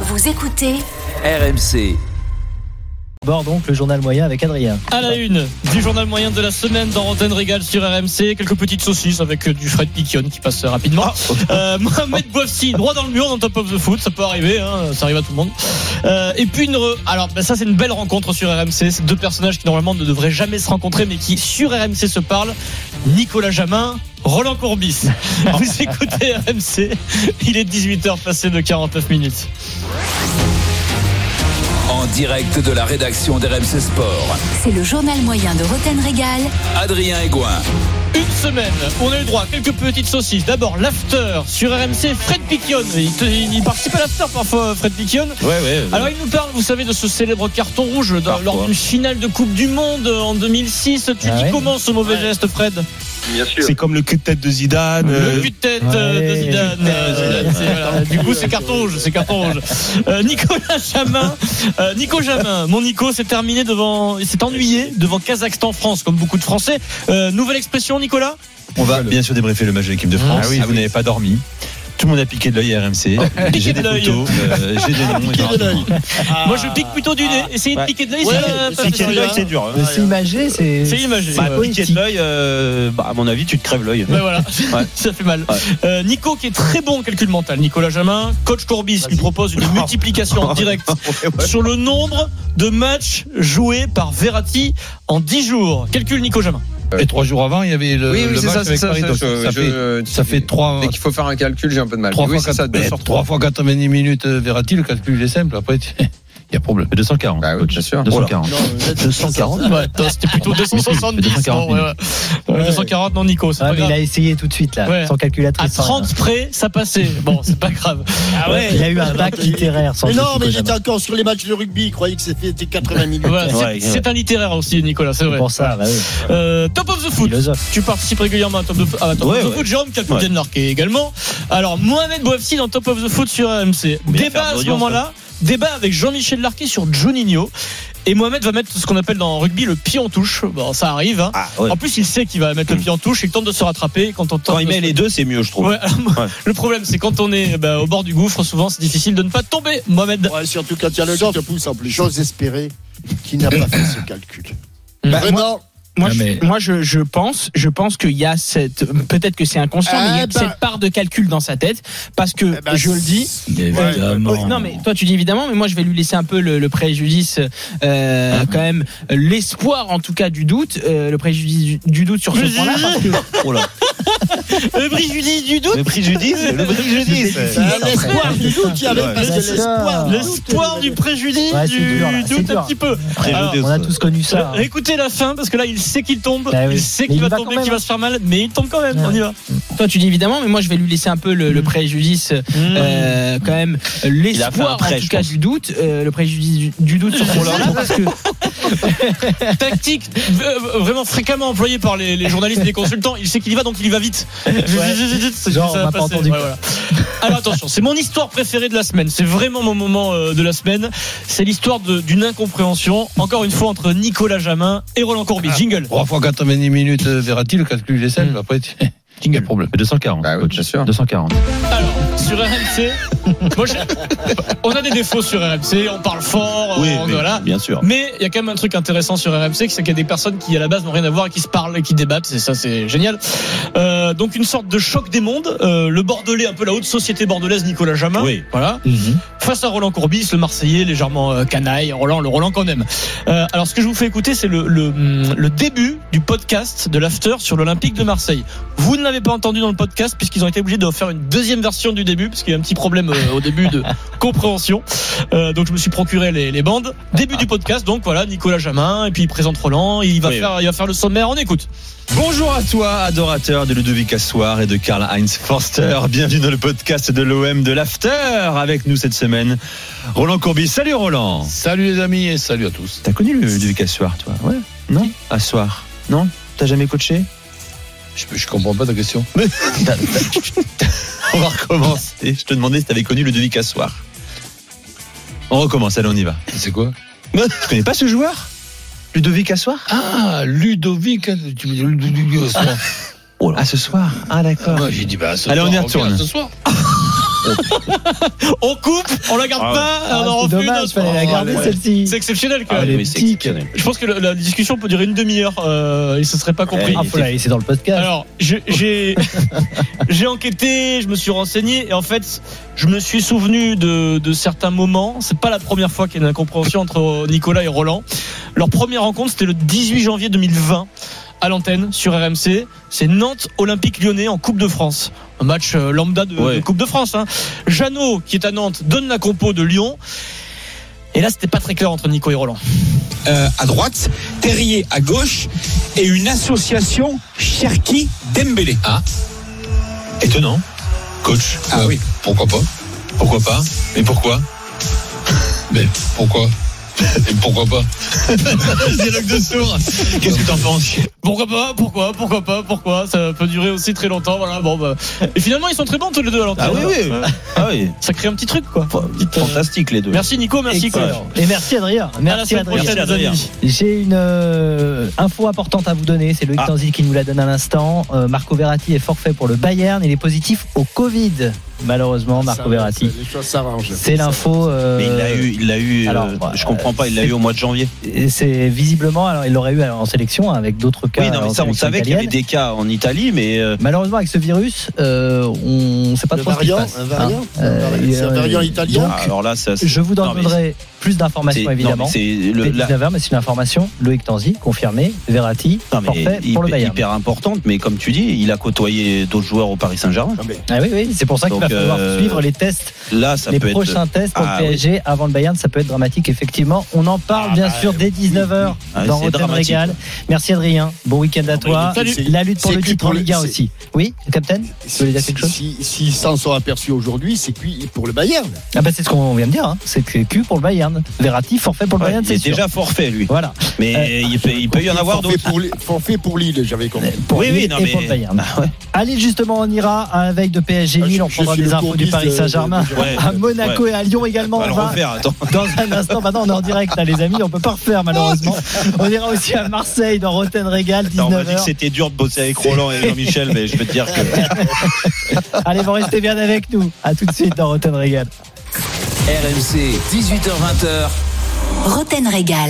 Vous écoutez RMC. Bord donc le journal moyen avec Adrien. Ah, À la une du journal moyen de la semaine dans Antenne Régale sur RMC, quelques petites saucisses avec euh, du Fred Piquion qui passe rapidement. Euh, Mohamed Bouafsi, droit dans le mur dans Top of the Foot, ça peut arriver, hein, ça arrive à tout le monde. Euh, et puis une re- alors ben, ça c'est une belle rencontre sur RMC, c'est deux personnages qui normalement ne devraient jamais se rencontrer mais qui sur RMC se parlent. Nicolas Jamin, Roland Courbis. Vous écoutez RMC, il est 18h passé de 49 minutes. En direct de la rédaction d'RMC Sport. C'est le journal moyen de Roten Régal. Adrien Aigouin. Une semaine, on a eu droit à quelques petites saucisses. D'abord, l'after sur RMC, Fred Piquion. Il, te- il participe à l'after parfois, Fred Piquion. Ouais, ouais. Alors, il nous parle, vous savez, de ce célèbre carton rouge dans- Parfois. lors d'une finale de Coupe du Monde euh, en 2006. Tu Ah dis ouais comment ce mauvais geste, Fred Bien sûr. c'est comme le cul de tête de Zidane. Le euh, cul de tête euh, Ouais, de Zidane. euh, Zidane. c'est- voilà. Du coup, c'est carton rouge, c'est carton rouge. Euh, Nicolas Jamin, euh, Nico Jamin, mon Nico s'est terminé devant, il s'est ennuyé devant Kazakhstan-France, comme beaucoup de Français. Euh, nouvelle expression, Nicolas On va bien sûr débriefer le match de l'équipe de France. Ah oui, vous oui. n'avez pas dormi. Tout le monde a piqué de l'œil à Oh, RMC. Piqué J'ai de des l'œil. photos, euh, j'ai des noms. énormément. Moi je pique plutôt du nez. Essayez de ouais. piquer de l'œil. Ouais, ça va pas c'est faire Kirill, mal. c'est dur. hein. Mais c'est Ah, imagé, c'est. C'est imagé. Bah, ouais. piquer de l'œil, euh, bah, à mon avis, tu te crèves l'œil. Ouais, voilà, ça fait mal. Euh, Nico qui est très bon en calcul mental, Nicolas Jamin, coach Courbis lui propose une multiplication directe sur le nombre de matchs joués par Verratti en 10 jours. Calcul Nico Jamin. Et trois jours avant, il y avait le, Oui, le oui, c'est match ça, c'est avec ça. Paris. ça, donc je- ça, fait, je- ça fait trois, Dès qu'il faut faire un calcul, j'ai un peu de mal. trois, oui, fois, c'est quatre- ça, deux mais sur trois fois 90 minutes euh, Verratti, le calcul il est simple. Après, il y a problème. 240. Bah oui, coach. bien sûr. Ah, 240. 240. Ouais, non, c'était plutôt 270. non, ouais, ouais. Euh, 240, non, Nico, c'est Ouais, pas mais il grave. a essayé tout de suite là, Ouais. sans À calculatrice. sans rien. 30 près, ça passait. Bon, c'est pas grave. Ah Il a eu un bac littéraire sans Mais doute, non, mais Nicolas j'étais Jamin. encore sur les matchs de rugby. Il croyait que c'était 80 minutes. Voilà, c'est, Ouais, c'est un littéraire aussi, Nicolas, c'est vrai. Pour ça, bah oui. Euh, top of the foot. Philosophe. Tu participes régulièrement à Top, of- à Top Ouais, of the ouais. Foot. Jérôme Capitaine marqué également. Alors, Mohamed Bouafsi dans Top of the Foot sur AMC. Bien Débat faire à de ce l'audience, hein. moment-là. Débat avec Jean-Michel Larquet sur Juninho. Et Mohamed va mettre ce qu'on appelle dans rugby le pied en touche. Bon, ça arrive. hein. Ah, ouais. En plus, il sait qu'il va mettre le pied en touche. Il tente de se rattraper. Quand on tente Quand il de met se- les deux, c'est mieux, je trouve. Ouais, alors, Ouais. Le problème, c'est quand on est bah, au bord du gouffre, souvent, c'est difficile de ne pas tomber. Mohamed. Ouais, surtout quand il y a le gars qui pousse en plus. J'ose espérer qu'il n'a pas fait ce calcul. Bah, Vraiment Moi, Non, je- mais- moi, je, je pense, je pense qu'il y a cette, peut-être que c'est inconscient, mais il y a Ah, Eh ben- bah. cette part de calcul dans sa tête, parce que Eh ben, je le dis. Oui, Oh, non mais toi tu dis évidemment, mais moi je vais lui laisser un peu le, le préjudice, euh, Hein quand même l'espoir en tout cas du doute, euh, le préjudice du, du doute sur ce Préjudice. point-là. parce que- Oh Le préjudice du doute. Euh, Le préjudice, le préjudice. C'est l'espoir du doute qui avait Ouais. parce que Bien sûr. l'espoir. du doute, L'espoir il du avait- préjudice Ouais, c'est du dur, là, c'est doute un dur. petit peu. Alors, Préjudice. On a tous connu ça. hein. Écoutez la fin parce que là il sait qu'il tombe, Bah oui. il sait Mais qu'il il va, y va quand tomber, même, qu'il va hein. se faire mal, mais il tombe quand même. Ouais. On y va. toi tu dis évidemment, mais moi je vais lui laisser un peu le, le Mm. préjudice, Mmh. euh, quand même fait un l'espoir prêt, en tout je cas pense. du doute, euh, le préjudice du, du doute sur ce point-là, parce que Tactique euh, vraiment fréquemment employée par les, les journalistes et les consultants. Il sait qu'il y va donc il y va vite. C'est- Genre, ça on va m'a pas passer. entendu. Ouais, voilà. Alors attention, c'est mon histoire préférée de la semaine. C'est vraiment mon moment euh, de la semaine. C'est l'histoire de- d'une incompréhension, encore une fois, entre Nicolas Jamin et Roland Courbis. Ah. Jingle. Trois fois 90 minutes euh, Verratti, le calcul il est Hmm. simple. Après, tu- Il y a problème. 240. Bah oui, coach. bien sûr. 240. Alors, sur RMC, moi, j'ai- on a des défauts sur RMC, on parle fort, euh, Oui, Oh, on- mais- voilà. bien sûr. Mais il y a quand même un truc intéressant sur RMC, c'est qu'il y a des personnes qui à la base n'ont rien à voir et qui se parlent et qui débattent, et ça c'est génial. Euh, donc une sorte de choc des mondes, Euh, le Bordelais, un peu la haute société bordelaise, Nicolas Jamin, Oui. voilà, face à Roland Courbis, le Marseillais légèrement euh, canaille, Roland, le Roland qu'on aime. Euh, alors ce que je vous fais écouter, c'est le, le, hum, le début du podcast de l'after sur l'Olympique de Marseille. Vous ne l'avez pas entendu dans le podcast puisqu'ils ont été obligés de faire une deuxième version du début parce qu'il y a eu un petit problème euh, au début de compréhension. Euh, donc je me suis procuré les, les bandes. Début du podcast, donc voilà, Nicolas Jamin, et puis il présente Roland, il va, Oui, faire, il va faire le sommaire, on écoute. Bonjour à toi, adorateur de Ludovic Assoir et de Karl-Heinz Forster. Bienvenue dans le podcast de l'OM de l'After. Avec nous cette semaine, Roland Courbis. Salut Roland. Salut les amis et salut à tous. T'as connu le Ludovic Assoir, toi Ouais. Non Assoir. Non T'as jamais coaché Je, je comprends pas ta question. On va recommencer. Je te demandais si t'avais connu Ludovic Assoir. On recommence, allez, on y va. C'est quoi Tu connais pas ce joueur Ludovic Assoir Ah, Ludovic. hein, tu me dis Ludovic, ce soir. oh Ah, ce soir Ah, d'accord. Ah, J'ai dit, bah, ce Allez, on y soir, retourne. regarde, Ce soir. On coupe, on la garde Ah ouais. pas, Ah, on en c'est refait une dommage, autre. Ah, fallait la garder ouais. celle-ci. C'est exceptionnel quand Ah, même. les mais c'est petits. exceptionnel. Je pense que la, la discussion peut durer une demi-heure euh, et ce serait pas compris. Ouais, Ah, faut la laisser dans le podcast. Alors, je- j'ai j'ai enquêté, je me suis renseigné et en fait, je me suis souvenu de, de certains moments. C'est pas la première fois qu'il y a une incompréhension entre Nicolas et Roland. Leur première rencontre, c'était le 18 janvier 2020 à l'antenne sur RMC. C'est Nantes Olympique Lyonnais en Coupe de France. Un match euh, lambda de, Ouais. de Coupe de France. Hein. Jeannot, qui est à Nantes, donne la compo de Lyon. Et là, c'était pas très clair entre Nico et Roland. à droite, Terrier à gauche et une association Cherki-Dembélé. Étonnant. Coach. euh, Ah oui. Pourquoi pas Pourquoi pas Mais pourquoi Mais pourquoi Et pourquoi pas Dialogue de sourd. Qu'est-ce que t'en penses Pourquoi pas Pourquoi Pourquoi pas Pourquoi Ça peut durer aussi très longtemps. Voilà. Bon. Bah. Et finalement, ils sont très bons tous les deux à l'antenne. Ah oui, oui. Ah oui. Ça crée un petit truc, quoi. Petite, euh, Fantastique les deux. Merci Nico. Merci Claude. Excellent. Et merci Adrien. À la Merci semaine Adrien. prochaine, les Adrien. amis. J'ai une euh, info importante à vous donner. C'est Loïc Ah. Tanzi qui nous la donne à l'instant. Euh, Marco Verratti est forfait pour le Bayern. Il est positif au Covid. Malheureusement, Marco Verratti. Les choses s'arrangent. C'est l'info. euh, Mais il l'a eu, il l'a eu. alors, euh, bah, je comprends pas, il l'a c'est- eu au mois de janvier. et C'est visiblement. Alors, il l'aurait eu en sélection hein, avec d'autres cas. Oui, non, mais en ça, on sélection savait qu'il y avait italienne. des cas en Italie, mais euh, Malheureusement, avec ce virus, euh, on ne sait pas Le trop variant, ce qui se un passe. variant, hein. Euh, un vari- il y c'est a- un variant italien. donc, ah, alors là, ça. c'est- je vous non, mais c'est- donnerai plus c'est- d'informations non, mais évidemment. c'est le- Le, la- 19h, mais c'est une information. Loïc Tanzi, confirmé. Verratti, non, mais forfait pour le hyper, Bayern. hyper importante, mais comme tu dis, il a côtoyé d'autres joueurs au Paris Saint-Germain. Non, mais Ah oui, oui, c'est pour ça qu'il va Donc, falloir euh, suivre les tests, Là, ça les peut être. prochains tests pour Ah, le PSG avant le Bayern. Ça peut être dramatique, effectivement. On en parle, bien sûr, dès 19h bah Ah, dans c'est Rotten dramatique, Régal. Merci Adrien. Bon week-end à toi. Salut. La lutte pour C'est le cuit titre en pour le- Ligue 1 c'est- aussi. Oui, Captain Tu voulais dire quelque chose si, si, s'en sont aperçus aujourd'hui, c'est cuit pour le Bayern. Ah bah, c'est ce qu'on vient de dire. hein. C'est que Q pour le Bayern. Verratti, forfait pour le Ouais, Bayern, il c'est est sûr. Euh, déjà forfait, lui. Voilà. Mais il, peut, il peut y en avoir Forfait d'autres. pour Lille- Forfait pour Lille, j'avais compris. Pour Oui, Lille oui, non, et mais- pour le Bayern. Ah, ouais. Allez, justement, on ira à la veille de PSG Ah, Lille. je- On je prendra suis des le euh, infos du courbiste Paris de- de- Saint-Germain. de- Ouais. À Monaco et à Lyon également. Bah, On hein. va on le va- refaire, attends. Dans un instant, maintenant on est en direct là les amis, on peut pas refaire malheureusement. On ira aussi à Marseille dans Rotten Régal Attends, on m'a dit que 19h. c'était dur de bosser avec Roland et Jean-Michel, mais je peux te dire que. Allez, vous restez bien avec nous. À tout de suite dans Rotten Régal. RMC, 18h-20h. Roten Régal.